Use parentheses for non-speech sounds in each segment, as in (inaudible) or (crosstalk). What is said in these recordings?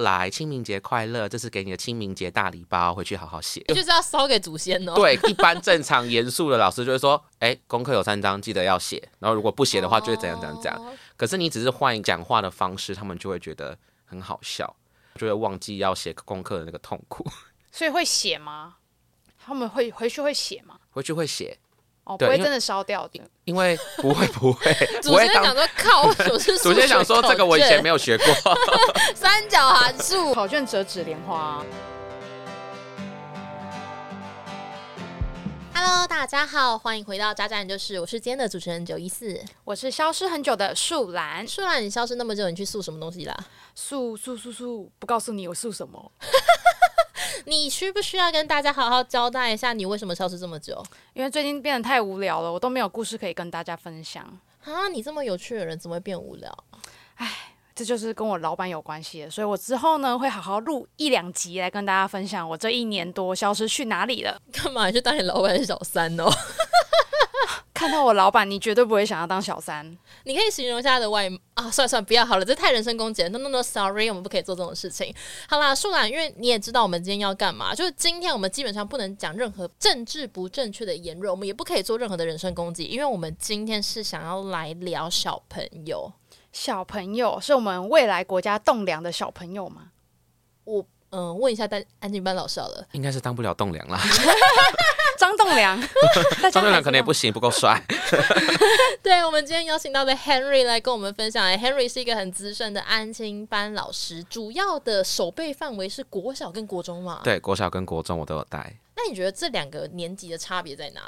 来，清明节快乐，这是给你的清明节大礼包，回去好好写。就是要烧给祖先哦。对，一般正常严肃的老师就会说，哎，功课有三张，记得要写。然后如果不写的话，就会怎样怎样怎样。哦可是你只是换讲话的方式，他们就会觉得很好笑，就会忘记要写功课的那个痛苦。 (laughs) 所以会写吗？他们会回去会写吗？回去会写，哦，不对会因为真的烧掉的。因为不会不会不祖会先当想说 (laughs) 靠，我是首先想说，这个我以前没有有学过。 (laughs) 三角函数。考卷折纸莲花啊、 Hello，大家好，欢迎回到渣渣研究室，我是今天的主持人九一四。我是消失很久的树兰，说然你消失那么久，你去诉什么东西啦？素素素素，不告诉你我素什么，你需不需要跟大家好好交代一下，你为什么消失这么久？因为最近变得太无聊了，我都没有故事可以跟大家分享。啊，你这么有趣的人，怎么会变无聊？这就是跟我老板有关系的，所以我之后呢会好好录一两集来跟大家分享我这一年多消失去哪里了。干嘛？你去当你老板的小三哦？看到我老板，你绝对不会想要当小三。你可以形容一下他的外啊，算了算了，不要好了，这太人身攻击了。No No No，Sorry，我们不可以做这种事情。好啦，树懒，因为你也知道我们今天要干嘛，就是今天我们基本上不能讲任何政治不正确的言论，我们也不可以做任何的人身攻击，因为我们今天是想要来聊小朋友。小朋友是我们未来国家栋梁的小朋友吗？我嗯，问一下丹安静班老师好了， (laughs) 应该是当不了栋梁啦，张栋 (laughs) 梁，大家当栋还梁知可能也道不行，不够帅。 (laughs) 对我们今天邀请到的 Henry 来跟我们分享。哎 Henry 是一个很资深的安亲班老师，主要的守备范围是国小跟国中嘛。对，国小跟国中我都有带。那你觉得这两个年级的差别在哪？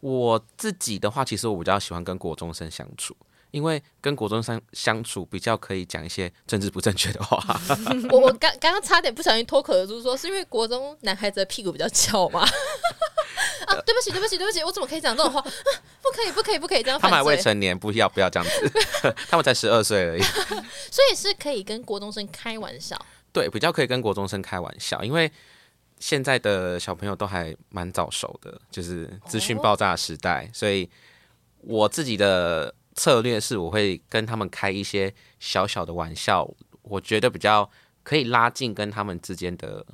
我自己的话，其实我比较喜欢跟国中生相处，因为跟国中生相处比较可以讲一些政治不正确的话。 (laughs) 我我刚刚刚差点不小心脱口而出说，是因为国中男孩子的屁股比较翘嘛。 (laughs) 啊，对不起，对不起，对不起，我怎么可以讲这种话？啊不可以，不可以，不可以这样他们还犯未罪。成年，不要不要这样子， (laughs) 他们才十二岁而已。所以是可以跟国中生开玩笑。对，比较可以跟国中生开玩笑，因为现在的小朋友都还蛮早熟的，就是资讯哦爆炸的时代，所以我自己的策略是，我会跟他们开一些小小的玩笑，我觉得比较可以拉近跟他们之间的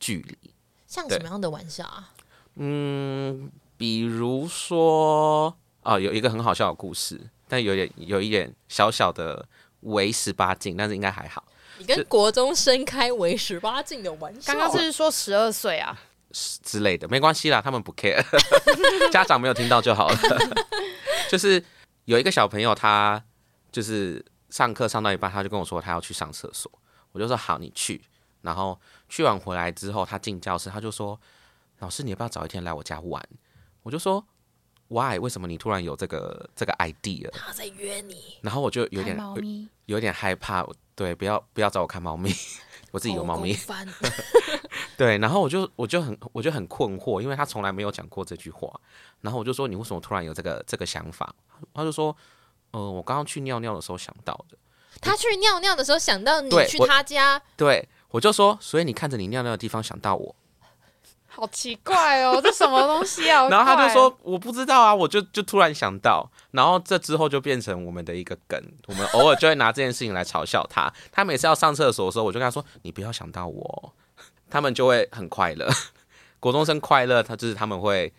距离。像对什么样的玩笑啊？嗯，比如说，哦，有一个很好笑的故事，但有点有一点小小的为十八禁，但是应该还好。你跟国中生开为十八禁的玩笑？刚刚是说十二岁啊，之类的，没关系啦，他们不 care，家长没有听到就好了。 (laughs) 就是有一个小朋友，他就是上课上到一半，他就跟我说他要去上厕所，我就说好，你去。然后去完回来之后，他进教室，他就说：“老师，你要不要早一天来我家玩？”我就说：“Why？为什么你突然有这个这个 idea？” 他在约你。然后我就有看点猫咪。有点害怕，对，不要不要找我看猫咪， (laughs) 我自己有猫咪哦。狗翻对，然后我就我就很我就很困惑，因为他从来没有讲过这句话。然后我就说：“你为什么突然有这个这个想法？”他就说：“呃，我刚刚去尿尿的时候想到的。 (laughs) 他去尿尿的时候想到你对去我他家，”对，我就说：“所以你看着你尿尿的地方想到我。好奇怪哦，这什么东西啊？”然后他就好说：“我不知道啊，我就就突然想到。”然后这之后就变成我们的一个梗，我们偶尔就会拿这件事情来嘲笑他。 (laughs) 他每次要上厕所的时候，我就跟他说：“你不要想到我 (laughs) 哦。”他们就会很快乐， (laughs) 国中生快乐，他就是他们会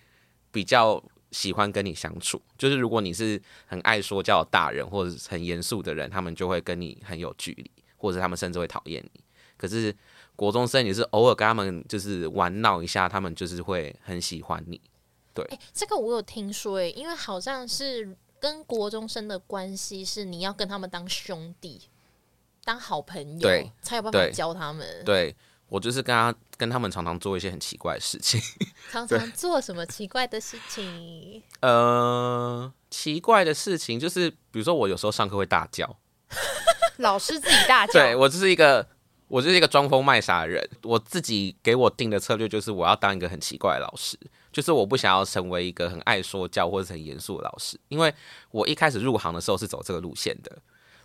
比较喜欢跟你相处。就是如果你是很爱说教的大人或者是很严肃的人，他们就会跟你很有距离，或者他们甚至会讨厌你。可是国中生，你是偶尔跟他们就是玩闹一下，他们就是会很喜欢你。哎、这个我有听说哎、因为好像是跟国中生的关系是你要跟他们当兄弟、当好朋友对，才有办法对教他们。对我就是跟他跟他们常常做一些很奇怪的事情。 (laughs) 常常做什么奇怪的事情，呃，奇怪的事情就是，比如说我有时候上课会大叫，怪老师自己大 (laughs) 叫，对我就是一个我就是一个装疯卖傻的人。我自己给我定的策略就是，我要当一个很奇怪的老师，就是我不想要成为一个很爱说教或者是很严肃的老师，因为我一开始入行的时候是走这个路线的。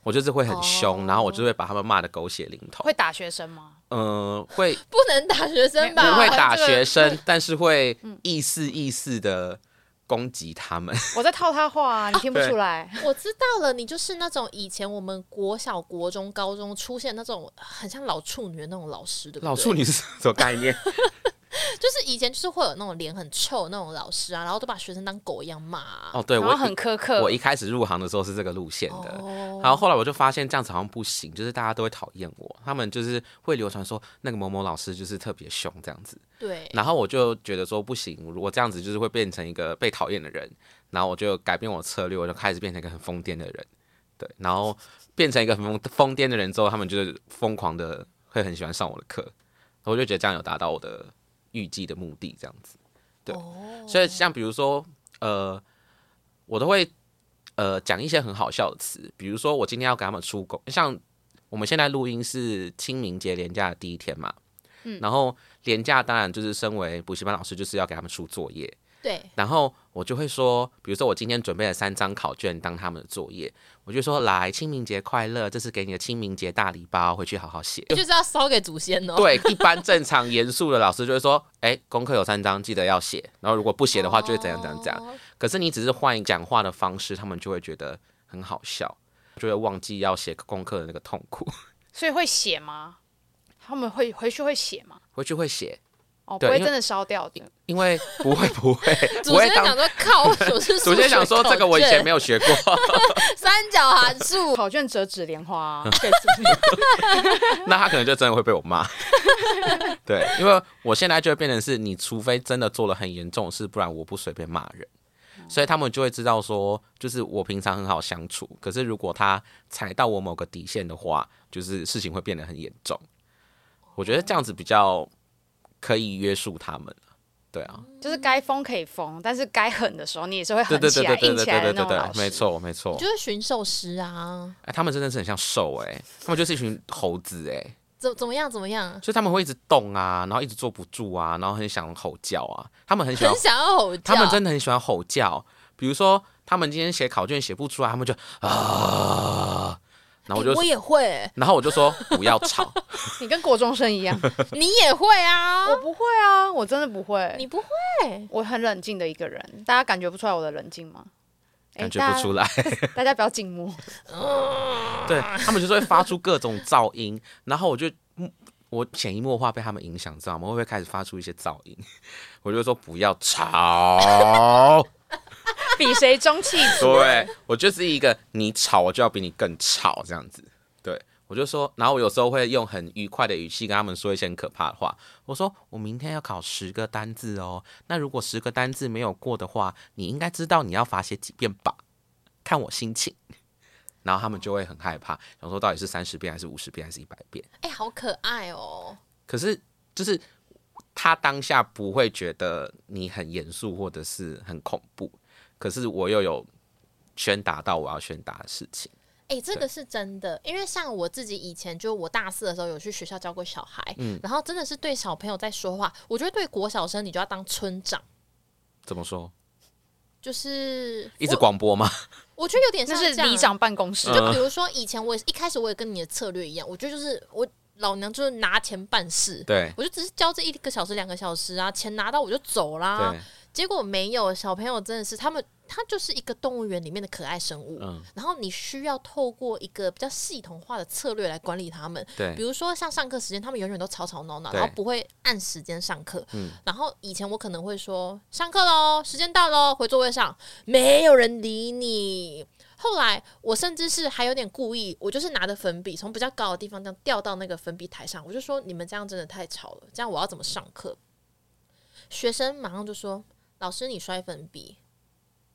我就是会很凶哦然后我就会把他们骂的狗血淋头会。打学生吗？嗯、会不能打学生不吧？会打这个学生，但是会意思意思的攻击他 (laughs) 们。我在套他话、啊，你听不对出来？我知道了，你就是那种以前我们国小、国中、高中出现那种很像老处女的那种老师，对不对？老处女是什么概念？就是以前就是会有那种脸很臭那种老师啊，然后都把学生当狗一样骂、啊。哦，对然后我很一苛刻我，一开始入行的时候是这个路线的，哦然后后来我就发现这样子好像不行，就是大家都会讨厌我，他们就是会流传说那个某某老师就是特别凶这样子，对，然后我就觉得说不行，如果这样子就是会变成一个被讨厌的人，然后我就改变我策略，我就开始变成一个很疯癫的人，对，然后变成一个很疯疯癫的人之后，他们就是疯狂的会很喜欢上我的课，我就觉得这样有达到我的预计的目的，这样子，对，所以像比如说呃，我都会呃讲一些很好笑的词，比如说我今天要给他们出狗，像我们现在录音是清明节连假的第一天嘛，然后廉价当然就是身为补习班老师，就是要给他们出作业。对，然后我就会说，比如说我今天准备了三张考卷当他们的作业，我就说来清明节快乐，这是给你的清明节大礼包，回去好好写。就是要烧给祖先哦。对，一般正常严肃的老师就会说，哎，功课有三张，记得要写。然后如果不写的话，就会怎样怎样怎样。哦可是你只是换一讲话的方式，他们就会觉得很好笑，就会忘记要写功课的那个痛苦。 (laughs) 所以会写吗？他们会回去会写吗？回去会写，哦，不对会因为真的烧掉的。因为不会不会不 (laughs) 祖会先当想说 (laughs) 靠，我是首先想说，这个我以前没有有学过，三角函数。考卷折纸莲花、啊，那他可能就真的会被我骂。对，因为我现在就会变成是你，除非真的做了很严重的事，不然我不随便骂人。所以他们就会知道说，就是我平常很好相处，可是如果他踩到我某个底线的话，就是事情会变得很严重。我觉得这样子比较可以约束他们。对啊，就是该疯可以疯，但是该狠的时候你也是会对狠对起对对来、对硬对起来对的那对种老对，师。没错没错你。就是驯兽师啊，哎，他们真的是很像兽哎、他们就是一群猴子哎、怎怎么样怎么样，所以他们会一直动啊，然后一直坐不住啊，然后很想吼叫啊。他们很喜欢很，想要吼叫。他们真的很喜欢吼叫。比如说，他们今天写考卷写不出来，他们就啊，然后我就，欸我也 (laughs) 会，然后我就说不要 (laughs) 吵，你跟国中生一样，你也会啊我，不会啊，我真的不会。你不会。我很冷静的一个人，大家感觉不出来我的冷静吗？哎感觉不出来。 (laughs) 大家大家不要静默。嗯嗯对他们就是会发出各种噪音，然后我就嗯我潜移默化被他们影响，知道吗？我会开始发出一些噪音，我就会说不要吵。比谁中气足。对，我就是一个你吵，我就要比你更吵这样子。对，我就说，然后我有时候会用很愉快的语气跟他们说一些很可怕的话。我说，我明天要考十个单字哦，那如果十个单字没有过的话，你应该知道你要罚写几遍吧？看我心情。然后他们就会很害怕，想说到底是三十遍还是五十遍还是一百遍？哎、好可爱哦！可是就是他当下不会觉得你很严肃或者是很恐怖，可是我又有宣达到我要宣达的事情。哎、这个是真的，因为像我自己以前，就我大四的时候有去学校教过小孩，嗯然后真的是对小朋友在说话，我觉得对国小生你就要当村长，怎么说？就是一直我广播吗？我觉得有点 (laughs) 那像是这样里长办公室，嗯就比如说以前我也是一开始我也跟你的策略一样，我觉得就是我老娘就是拿钱办事， (laughs) 对我就只是教这一个小时两个小时啊，钱拿到我就走啦。对，结果没有，小朋友真的是他们，他就是一个动物园里面的可爱生物。嗯，然后你需要透过一个比较系统化的策略来管理他们，比对，如说像上课时间，他们永远都吵吵闹闹，对然后不会按时间上课。嗯然后以前我可能会说上课喽，时间到喽，回座位上，没有人理你。后来我甚至是还有点故意，我就是拿着粉笔从比较高的地方这样掉到那个粉笔台上，我就说你们这样真的太吵了，这样我要怎么上课？学生马上就说：“老师，你摔粉笔。”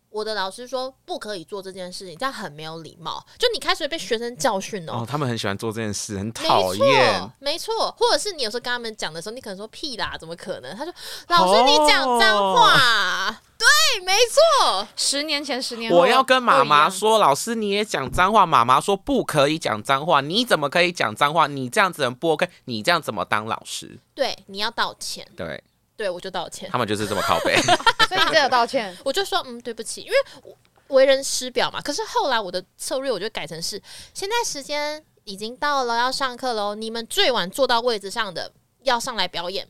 我的老师说不可以做这件事情，这样很没有礼貌。就你开始会被学生教训哦，他们很喜欢做这件事，很没讨厌错。，没错，或者是你有时候跟他们讲的时候，你可能说屁啦，怎么可能？哦他说老师你讲脏话，对，没错，十年前、十年后我要跟妈妈不一样，说，老师你也讲脏话。妈妈说不可以讲脏话，你怎么可以讲脏话？你这样子很不 OK，你这样怎么当老师？对，你要道歉，对对我就道歉，他们就是这么靠 (laughs) 背。所以你真的道歉。我就说嗯对不起，因为我为人师表嘛。可是后来我的策略我就改成是，现在时间已经到了，要上课喽，你们最晚坐到位置上的要上来表演。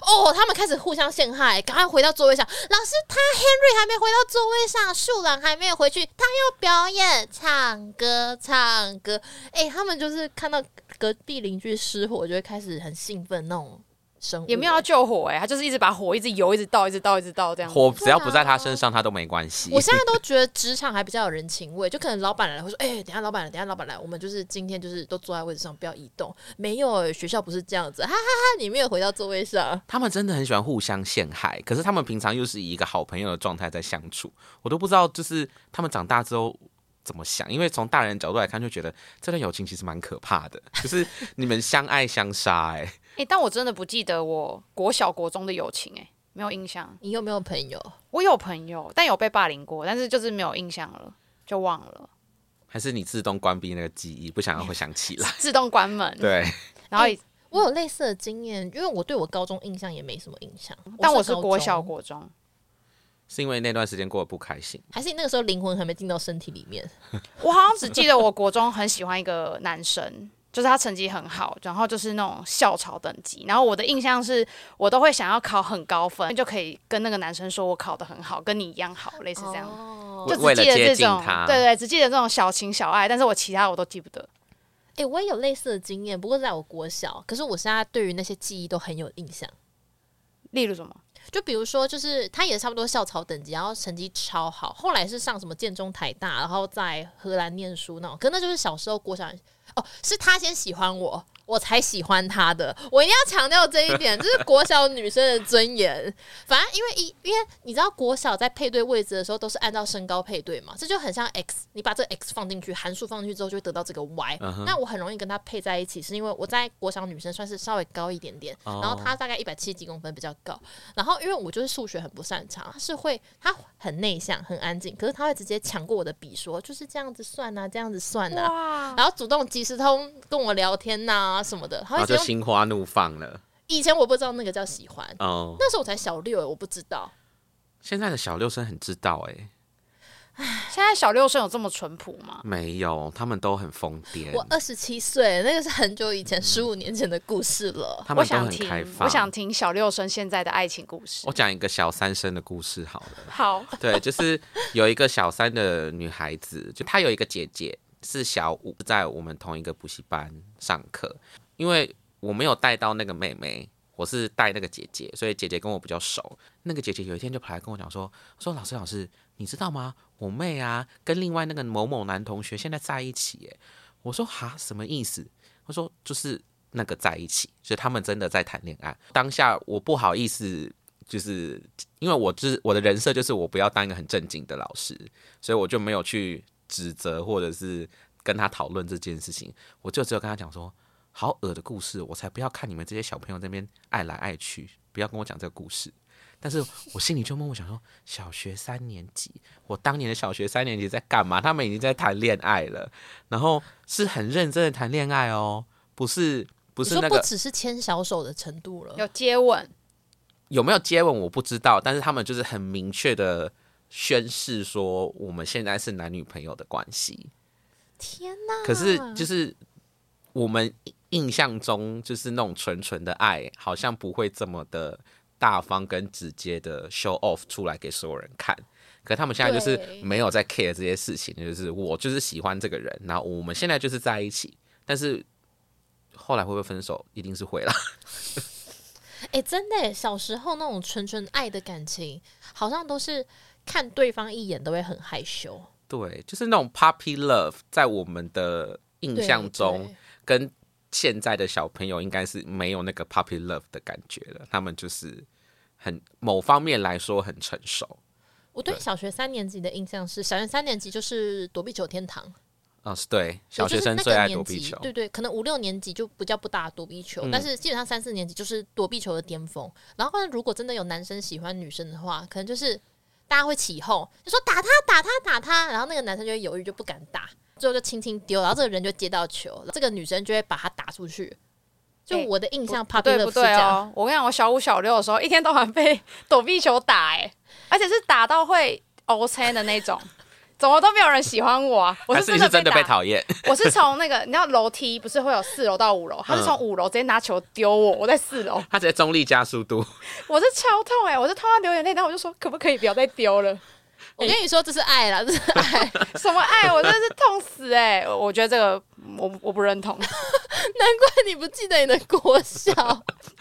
哦，他们开始互相陷害，赶快回到座位上。老师，他 Henry 还没回到座位上，树懒还没有回去，他要表演唱歌，唱歌。哎、他们就是看到隔壁邻居失火，就会开始很兴奋那种生物。 (laughs) 也没有要救火哎、他就是一直把火一直油一直倒一直倒一直倒 (laughs) 这样。火只要不在他身上，他都没关系。我现在都觉得职场还比较有人情味，就可能老板来了会说：“哎、等一下老板来，等一下老板来，我们就是今天就是都坐在位置上，不要移动。”没有、欸学校不是这样子，哈哈哈！你没有回到座位上，他们真的很喜欢互相陷害，可是他们平常又是以一个好朋友的状态在相处，我都不知道就是他们长大之后怎么想，因为从大人的角度来看，就觉得这段友情其实蛮可怕的， (laughs) 就是你们相爱相杀、哎，哎、但我真的不记得我国小国中的友情哎、没有印象。你有没有朋友？我有朋友，但有被霸凌过，但是就是没有印象了，就忘 (laughs) 了，还是你自动关闭那个记忆，不想要会想起 (laughs) 来。自动关门。对，然后也，我有类似的经验，因为我对我高中印象也没什么印象。但我我是高国小中，国中，是因为那段时间过得不开心，还是你那个时候灵魂还没进到身体里面？我好像只记得我国中很喜欢一个男生，就是他成绩很好，然后就是那种校草等级。然后我的印象是我都会想要考很高分，就可以跟那个男生说我考得很好，跟你一样好，类似这样。哦，我就为只了记得接这近种他，对对，只记得这种小情小爱，但是我其他我都记不得。哎、我也有类似的经验，不过在我国小，可是我现在对于那些记忆都很有印象。例如什么？就比如说，就是他也差不多校草等级，然后成绩超好，后来是上什么建中、台大，然后在荷兰念书那种。可那就是小时候国小哦，是他先喜欢我，我才喜欢他的。我一定要强调这一点，这是国小女生的尊严。反正因为一，因为你知道国小在配对位置的时候都是按照身高配对嘛，这就很像 x，你把这 x 放进去，函数放进去之后就会得到这个 y、嗯哼那我很容易跟他配在一起，是因为我在国小女生算是稍微高一点点，然后哦她大概一百七几公分比较高。然后因为我就是数学很不擅长，他是会他很内向很安静，可是他会直接抢过我的笔说就是这样子算啊，这样子算啊，哇！然后主动即时通跟我聊天呐、什么的，他然会后直就接用。心花怒放了。以前我不知道那个叫喜欢，哦、那时候我才小六、我不知道。现在的小六生很知道、哎，现在小六生有这么淳朴吗？没有，他们都很疯癫，我二十七岁，那个是很久以前，十五年前的故事了。他我们都想很听开，放。我想听小六生现在的爱情故事我。讲一个小三生的故事好了。好，对，就是有一个小三的女孩子，就她有一个姐姐是小五，在我们同一个补习班上课。因为我没有带到那个妹妹，我是带那个姐姐，所以姐姐跟我比较熟。那个姐姐有一天就跑来跟我讲说：“说老师老师，你知道吗？我妹啊跟另外那个某某男同学现在在一起。”耶。我说：“哈，什么意思？”她说：“就是那个在一起，所以他们真的在谈恋爱。”当下我不好意思。就是因为我就是我的人设就是我不要当一个很正经的老师，所以我就没有去指责或者是跟他讨论这件事情，我就只有跟他讲说，好恶的故事，我才不要看你们这些小朋友这边爱来爱去，不要跟我讲这个故事。但是我心里就默默想说，小学三年级，我当年的小学三年级在干嘛？他们已经在谈恋爱了，然后是很认真的谈恋爱哦，不是不你是说那不个只是牵小手的程度了，有接吻，有没有接吻我不知道，但是他们就是很明确的宣誓说我们现在是男女朋友的关系。天哪！可是就是我们印象中就是那种纯纯的爱，好像不会这么的大方跟直接的 show off 出来给所有人看。可他们现在就是对没有在 care 这些事情，就是我就是喜欢这个人，然后我们现在就是在一起，但是后来会不会分手，一定是会啦。哎、真的耶，小时候那种纯纯爱的感情，好像都是看对方一眼都会很害羞。对，就是那种 puppy love，在我们的印对象对中，跟现在的小朋友应该是没有那个 puppy love 的感觉了。他们就是很某方面来说很成熟我对对小学三年级的印象是，小学三年级就是躲避球天堂，啊、是对，小学对就是生那最个爱躲年避级球，对对，可能五六年级就不叫不打躲避球，嗯但是基本上三四年级就是躲避球的巅峰。然后呢，如果真的有男生喜欢女生的话，可能就是大家会起哄，就说打他打他打他，然后那个男生就会犹豫，就不敢打，最后就轻轻丢，然后这个人就接到球，然后这个女生就会把他打出去。就哎我的印象不 puppy 对 love 不是这对样，哦！我跟你讲，我小五小六的时候，一天 (laughs) 到晚被躲避球打、欸，而且是打到会 O C 的那种，怎么都没有人喜欢我啊！我还是你是真的被被打讨厌？我是从那个，你知道楼梯不是会有四楼到五楼，嗯他是从五楼直接拿球丢我，我在四楼，他直接中立加速 (laughs) 度，我是超痛哎、我是痛到流眼泪，然后我就说可不可以不要再丢了？我跟你说，这是爱啦，这是爱。 (laughs) 什么爱，我真的是痛死哎、我我觉得这个我我不认同，难怪你不记得你的国小，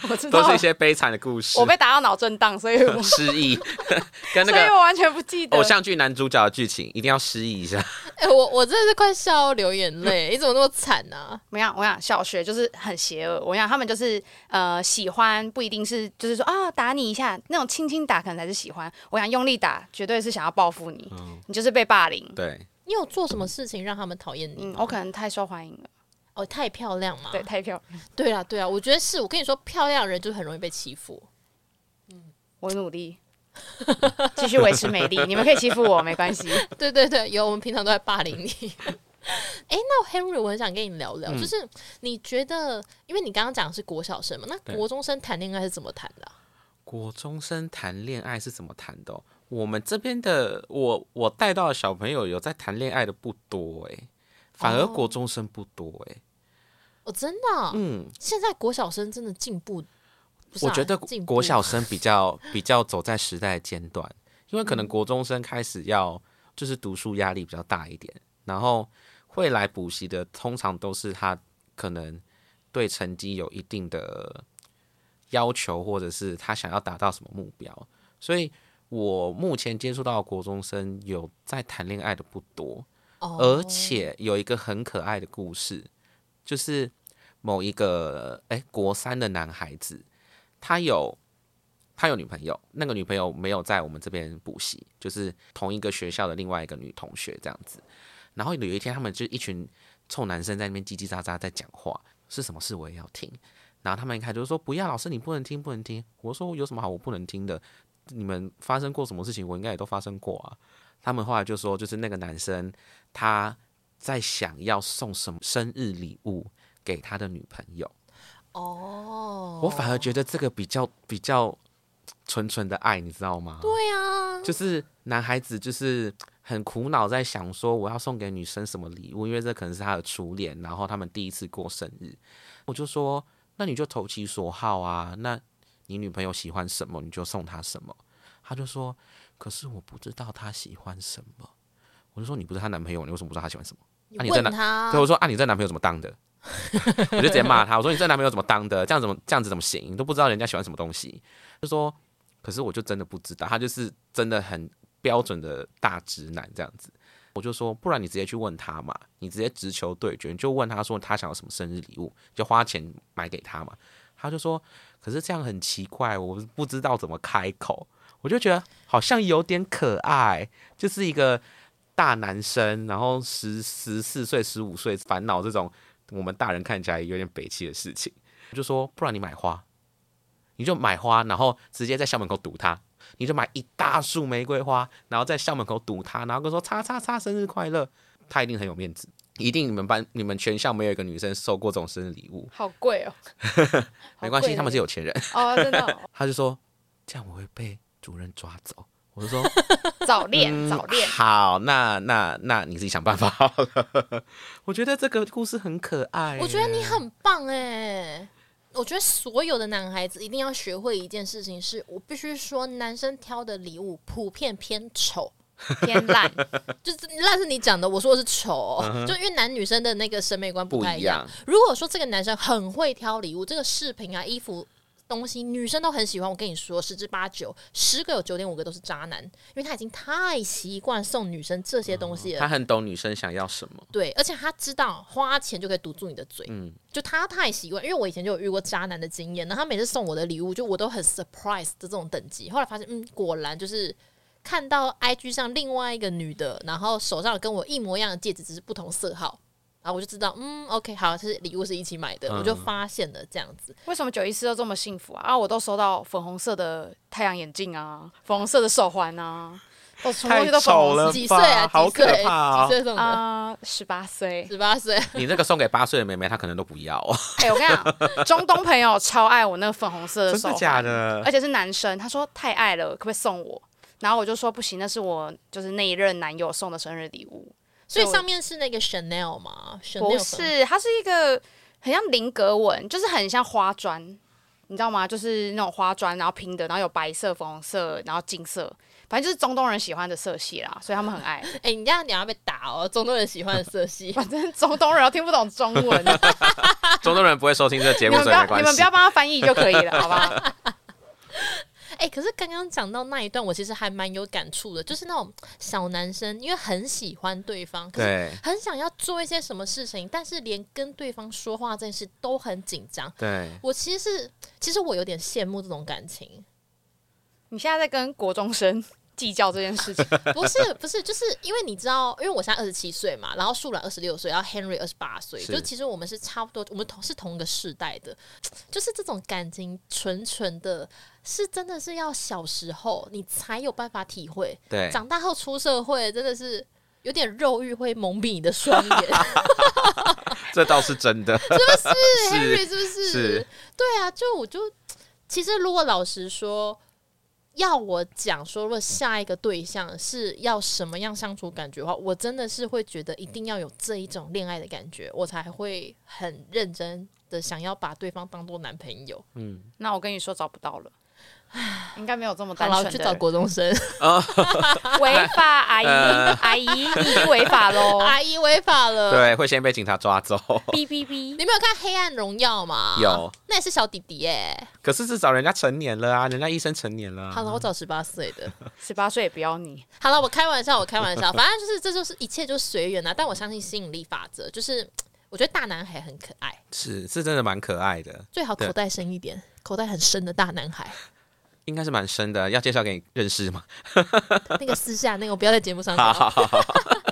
我知道都是一些悲惨的故事我，被打到脑震荡，所以我、失忆， (laughs) 跟那所以个我完全不记得偶。像剧男主角的剧情一定要失忆一下。哎、我我真的是快笑到流眼泪，你怎么那么惨啊？我想，我想小学就是很邪恶。我想他们就是呃，喜欢不一定是就是说啊，打你一下那种轻轻打可能才是喜欢。我想用力打，绝对是想要报复你，嗯你就是被霸凌。对，你有做什么事情让他们讨厌你嗯，吗？我可能太受欢迎了，哦，太漂亮嗯嘛。对，(laughs) 太漂亮。对啦，对啦，啊我觉得是我跟你说，漂亮的人就是很容易被欺负。我努力，继续维持美丽。你们可以欺负我，没 (laughs) 关系。对对对，有我们平常都在霸凌你。 (laughs) 哎、那 Henry，我很想跟你聊聊，嗯就是你觉得，因为你刚刚讲的是国小生嘛，那对国中生谈恋爱是怎么谈的啊、国中生谈恋爱是怎么谈的哦、我们这边的我我带到的小朋友有在谈恋爱的不多哎、反而哦国中生不多哎、哦，真的啊、嗯，现在国小生真的进步，不是啊我觉得进步国小生比较比较走在时代的尖端，因为可嗯能国中生开始要就是读书压力比较大一点，然后会来补习的通常都是他可能对成绩有一定的要求，或者是他想要达到什么目标，所以我目前接触到的国中生有在谈恋爱的不多，哦，而且有一个很可爱的故事，就是某一个哎国三的男孩子，他有他有女朋友，那个女朋友没有在我们这边补习，就是同一个学校的另外一个女同学这样子。然后有一天，他们就一群臭男生在那边叽叽喳喳在讲话，是什么事我也要听。然后他们一开始就说不要，老师你不能听，不能听。我说有什么好我不能听的？你们发生过什么事情，我应该也都发生过啊。他们后来就说，就是那个男生他在想要送什么生日礼物给他的女朋友。哦，我反而觉得这个比较比较纯纯的爱，你知道吗？对啊，就是男孩子就是很苦恼，在想说我要送给女生什么礼物，因为这可能是他的初恋，然后他们第一次过生日。我就说，那你就投其所好啊，那你女朋友喜欢什么，你就送她什么。他就说，可是我不知道她喜欢什么。我就说，你不是她男朋友，你为什么不知道她喜欢什么？你啊你在问哪他对，我说啊，你这男朋友怎么当的？ (laughs) 我就直接骂他，我说你这男朋友怎么当的？这样怎么这样子怎么行？你都不知道人家喜欢什么东西。就说，可是我就真的不知道，他就是真的很标准的大直男这样子。我就说，不然你直接去问他嘛，你直接直球对决，你就问他说他想要什么生日礼物，就花钱买给他嘛。他就说，可是这样很奇怪，我不知道怎么开口。我就觉得好像有点可爱，就是一个大男生，然后十十四岁、十五岁烦恼这种我们大人看起来有点北气的事情，我就说不然你买花，你就买花，然后直接在校门口堵他，你就买一大束玫瑰花，然后在校门口堵他，然后跟他说叉叉叉生日快乐，他一定很有面子，一定你们班你们全校没有一个女生收过这种生日礼物，好贵哦， (laughs) 没关系，他们是有有钱人。 (laughs) 哦，真的哦、他就说这样我会被主任抓走，我就说早恋，早恋。嗯好，那那那你自己想办法好了。 (laughs) 我觉得这个故事很可爱耶。我觉得你很棒哎、我觉得所有的男孩子一定要学会一件事情是，我必须说，男生挑的礼物普遍偏丑，偏烂，就是那是你讲的，我说的是丑哦、就因为男女生的那个审美观嗯不太一样。如果说这个男生很会挑礼物，这个饰品啊、衣服、东西，女生都很喜欢。我跟你说，十之八九，十个有九点五个都是渣男，因为他已经太习惯送女生这些东西了。他很懂女生想要什么。 (laughs) 对，而且他知道花钱就可以堵住你的嘴，嗯就他太习惯，因为我以前就有遇过渣男的经验，然后他每次送我的礼物，就我都很 surprise 的这种等级。后来发现，嗯，果然就是看到 IG 上另外一个女的，然后手上有跟我一模一样的戒指，只是不同色号，然后我就知道，嗯，OK，好，这是礼物是一起买的，我就嗯发现了这样子。为什么九一四都这么幸福啊？啊，我都收到粉红色的太阳眼镜啊，粉红色的手环啊，都什么东西都粉红色几岁啊？呃好几岁？可怕几哦！岁送的？啊，十八岁。十八岁，你那个送给八岁的妹妹，她可能都不要哦。哎、我跟你讲，中东朋友超爱我那个粉红色的 (laughs) 真手的环，假的而？且是男生，他说太爱了，可不可以送我？然后我就说不行，那是我就是那一任男友送的生日礼物，所以我上面是那个 Chanel 嘛，Chanel 不粉是，它是一个很像菱格纹，就是很像花砖，你知道吗？就是那种花砖，然后拼的，然后有白色、粉红色，然后金色，反正就是中东人喜欢的色系啦，所以他们很爱。 (laughs) 哎、你这样你要被打哦，中东人喜欢的色系。反正中东人又听不 (laughs) 懂中文，你中东人不会收听这个节目，们不所以没要关你们系不。要帮他翻译就可以了，好吧？ (laughs) 哎、可是刚刚讲到那一段，我其实还蛮有感触的，就是那种小男生，因为很喜欢对方，可是对很想要做一些什么事情，但是连跟对方说话这件事都很紧张。对，我其实是，其实我有点羡慕这种感情，你现在在跟国中生计较这件事情，不是不是，就是因为你知道，因为我现在二十七岁嘛，然后树懒二十六岁，然后 Henry 二十八岁，是就其实我们是差不多，我们同是同一个世代的，就是这种感情纯纯的，是真的是要小时候你才有办法体会，对长大后出社会真的是。有点肉欲会蒙蔽你的 (laughs) 双眼，这倒是真的。是是 Henry 是不是？是对啊，就我就其实如果老实说，要我讲说，如果下一个对象是要什么样相处感觉的话，我真的是会觉得一定要有这一种恋爱的感觉，我才会很认真的想要把对方当做男朋友。那我跟你说找不到了。应该没有这么好单了，我纯去的找人，国中生 (laughs) 违法阿姨，呃阿姨你违法喽！阿姨违法了。，哦对，会先被警察抓走。哔哔哔，呃你没有看《黑暗荣耀》吗？有，那也是小弟弟耶、 (laughs) 可是至少人家成年了啊，人家医生成年了啊、好了，我找十八岁的。十八岁也不要你。好了，我开玩笑，我开玩笑，反正就是这就是一切就随缘啦。啊但我相信吸引力法则，就是我觉得大男孩很可爱，是是真的蛮可爱的，最好对口袋深一点，口袋很深的大男孩。应该是蛮深的。要介绍给你认识吗？那个私下那个我不要在节目上好讲。 (laughs) 好好好， (laughs)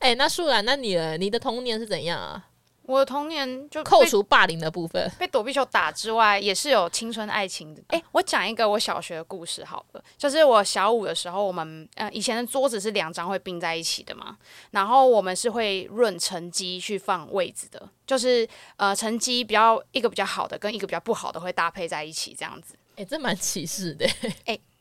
哎、那树兰，那你呢你的童年是怎样啊？我的童年就扣被除霸凌的部分，被躲避球打之外，也是有青春爱情的。哎、我讲一个我小学的故事好了，就是我小五的时候，我们呃以前的桌子是两张会并在一起的嘛，然后我们是会论成绩去放位置的，就是呃成绩比较一个比较好的跟一个比较不好的会搭配在一起这样子。哎、这蛮歧视的。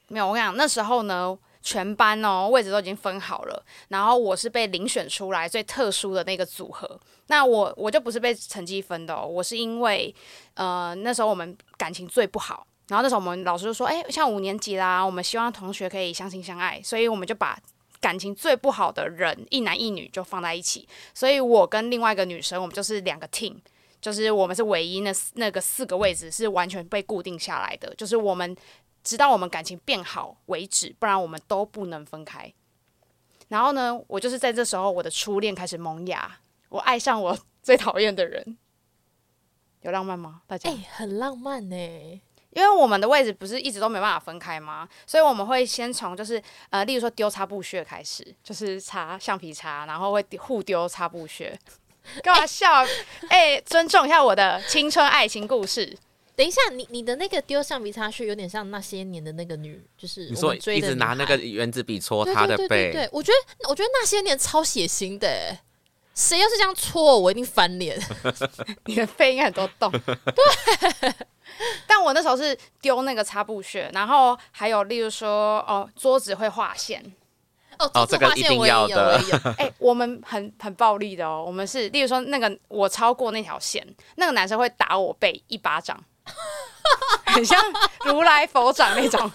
没有，我跟你讲，那时候呢，全班哦位置都已经分好了，然后我是被遴选出来最特殊的那个组合。那我我就不是被成绩分的、哦，我是因为呃那时候我们感情最不好。然后那时候我们老师就说：“哎，像五年级啦，我们希望同学可以相亲相爱，所以我们就把感情最不好的人，一男一女就放在一起。所以我跟另外一个女生，我们就是两个 team，就是我们是唯一那四那个四个位置是完全被固定下来的，就是我们直到我们感情变好为止，不然我们都不能分开。然后呢，我就是在这时候，我的初恋开始萌芽，我爱上我 (laughs) 最讨厌的人。有浪漫吗？大家？哎、很浪漫呢、因为我们的位置不是一直都没办法分开吗？所以我们会先从就是呃，例如说丢擦布屑开始，就是擦橡皮擦，然后会丢互丢擦布屑。 (laughs) 干嘛笑 (laughs) 啊？哎、尊重一下我的青春爱情故事。等一下，你你的那个丢橡皮擦屑有点像那些年的那个女，就是你我说们追一的直女拿那孩个原子笔戳对他的对对背，对对，我觉得我觉得那些年超血腥的欸，谁要是这样戳我，我一定翻脸。你的肺应该很多洞。 (laughs) 对。但我那时候是丢那个擦布屑，然后还有例如说哦，桌子会画线。(laughs) 哦，哦这这个发一现定我也有，要我也的有。哎、我们很很暴力的哦，我们是例如说那个我超过那条线，那个男生会打我背一巴掌，很像如来佛掌那种，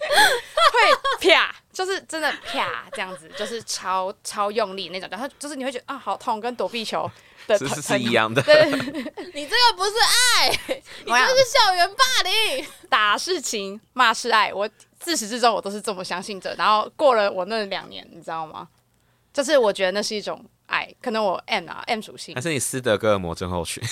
会啪，就是真的啪这样子，就是超超用力那种，然后就是你会觉得啊好痛，跟躲避球的是是疼是一样的。 (laughs) 你这个不是爱，你我想这是校园霸 (laughs) 凌。打是情，骂是爱，我自始至终我都是这么相信着。然后过了我那两年，你知道吗？就是我觉得那是一种爱，可能我 M 啊 M 属性还，是你斯德哥尔摩症候群？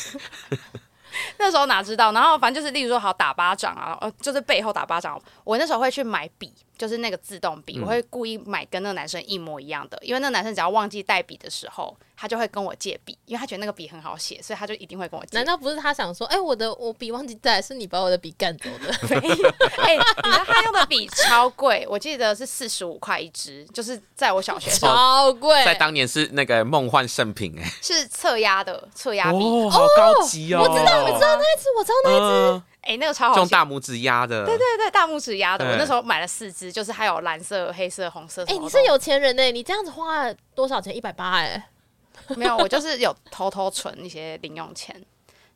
那时候哪知道？然后反正就是，例如说好打巴掌啊，呃，就是背后打巴掌。我那时候会去买笔，就是那个自动嗯笔，我会故意买跟那个男生一模一样的，因为那个男生只要忘记带笔的时候，他就会跟我借笔，因为他觉得那个笔很好写，所以他就一定会跟我借 (laughs) 难。道不是他想说，哎、我的我笔忘记带，是你把我的笔干走的？ (laughs) 没有，哎、你知道他用的笔超贵，我记得是四十五块一支，就是在我小 (laughs) 学的时候超贵，在当年是那个梦幻圣品哎、是侧压的侧压笔。哦哦好高级哦我知道，我知道那一只，我知道那一只。嗯，哎、那个超好就笑用。大拇指压的，对对，对对，大拇指压的，我对那时候买了四只，就是还有蓝色、黑色、红色什哎、么你的。是有钱人呢、你这样子花了多少钱？一百八哎， (laughs) 没有？我就是有偷偷存一些零用钱，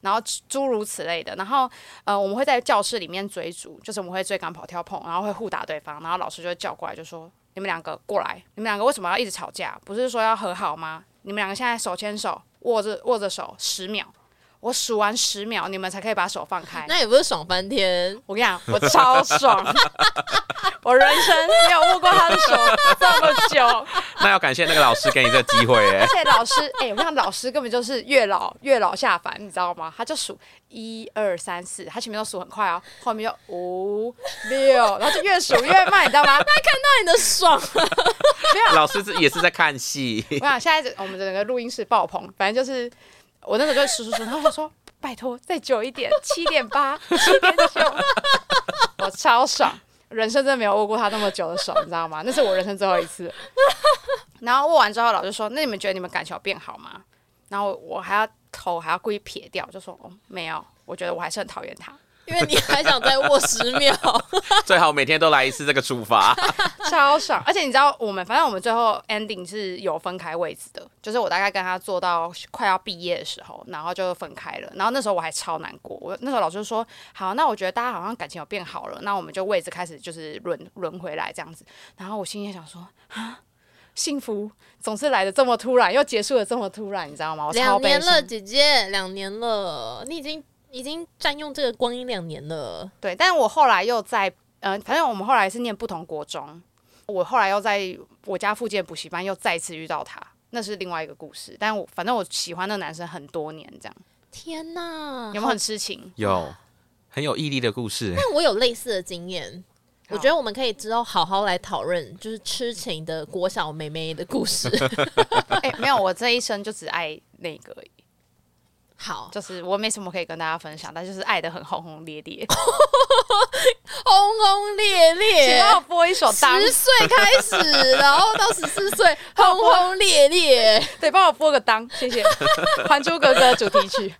然后诸如此类的。然后呃，我们会在教室里面追逐，就是我们会追赶、跑、跳、碰，然后会互打对方，然后老师就会叫过来，就说你们两个过来，你们两个为什么要一直吵架？不是说要和好吗？你们两个现在手牵手，握着握着手十秒，我数完十秒，你们才可以把手放开。那也不是爽翻天。我跟你讲，我超爽， (laughs) 我人生没有握过他的手这么久，那要感谢那个老师给你这个机会哎 (laughs) 而，且老师，哎、我跟你讲，老师根本就是越老越老下凡，你知道吗？他就数一二三四，他前面都数很快哦，后面就五六，然后就越数越慢，你知道吗？那你的爽， (laughs) 老师是也是在看戏，我想现在这我们整个录音室爆棚，反正就是我那时候就数数数，然后我说拜托再久一点，七点八，七点九， (laughs) 我超爽，人生真的没有握过他那么久的手，你知道吗？那是我人生最后一次。 (laughs) 然后握完之后，老师说：“那你们觉得你们感情有变好吗？”然后我还要头还要故意撇掉，就说：“哦，没有，我觉得我还是很讨厌他。”因为你还想再握十秒，最好每天都来一次这个处罚。 (laughs) 超爽！而且你知道，我们反正我们最后 ending 是有分开位置的，就是我大概跟他做到快要毕业的时候，然后就分开了。然后那时候我还超难过，我那时候老师就说：“好，那我觉得大家好像感情有变好了，那我们就位置开始就是轮轮回来这样子。”然后我心里想说：“啊，幸福总是来的这么突然，又结束的这么突然，你知道吗？”我哦超两悲年了，伤。姐姐，两年了，你已经已经占用这个光阴两年了。对，但我后来又在呃，反正我们后来是念不同国中，我后来又在我家附近的补习班又再次遇到他，那是另外一个故事。但我反正我喜欢那个男生很多年，这样天哪，有没有很 (laughs) 痴情？ (laughs) 有很有毅力的故事，欸但我有类似的经验，好我觉得我们可以之后好好来讨论，就是痴情的国小妹妹的故 (laughs) 事。哎、没有，我这一生就只爱那个而已， (laughs) 好，就是我没什么可以跟大家分享，但就是爱的很轰轰烈烈。轰轰烈 (laughs) 请烈帮。我播一首当，十岁开始，然后到十四岁，轰轰烈烈。对，帮我播个当，谢 (laughs) 谢《还珠格格》主题曲。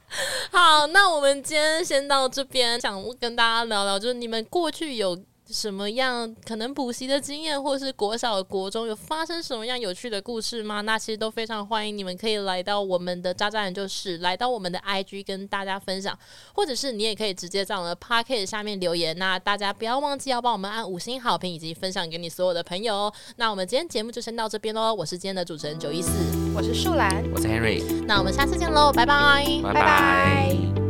好，那我们今天先到这边，想跟大家聊聊，就是你们过去有什么样可能补习的经验，或是国小、国中有发生什么样有趣的故事吗？那其实都非常欢迎你们可以来到我们的渣渣研究室，来到我们的 IG 跟大家分享，或者是你也可以直接在我们的 p o c k e t 下面留言。那大家不要忘记要帮我们按五星好评以及分享给你所有的朋友哦。那我们今天节目就先到这边喽，我是今天的主持人九一四，我是树兰，我是 Henry，那我们下次见喽，拜拜拜拜拜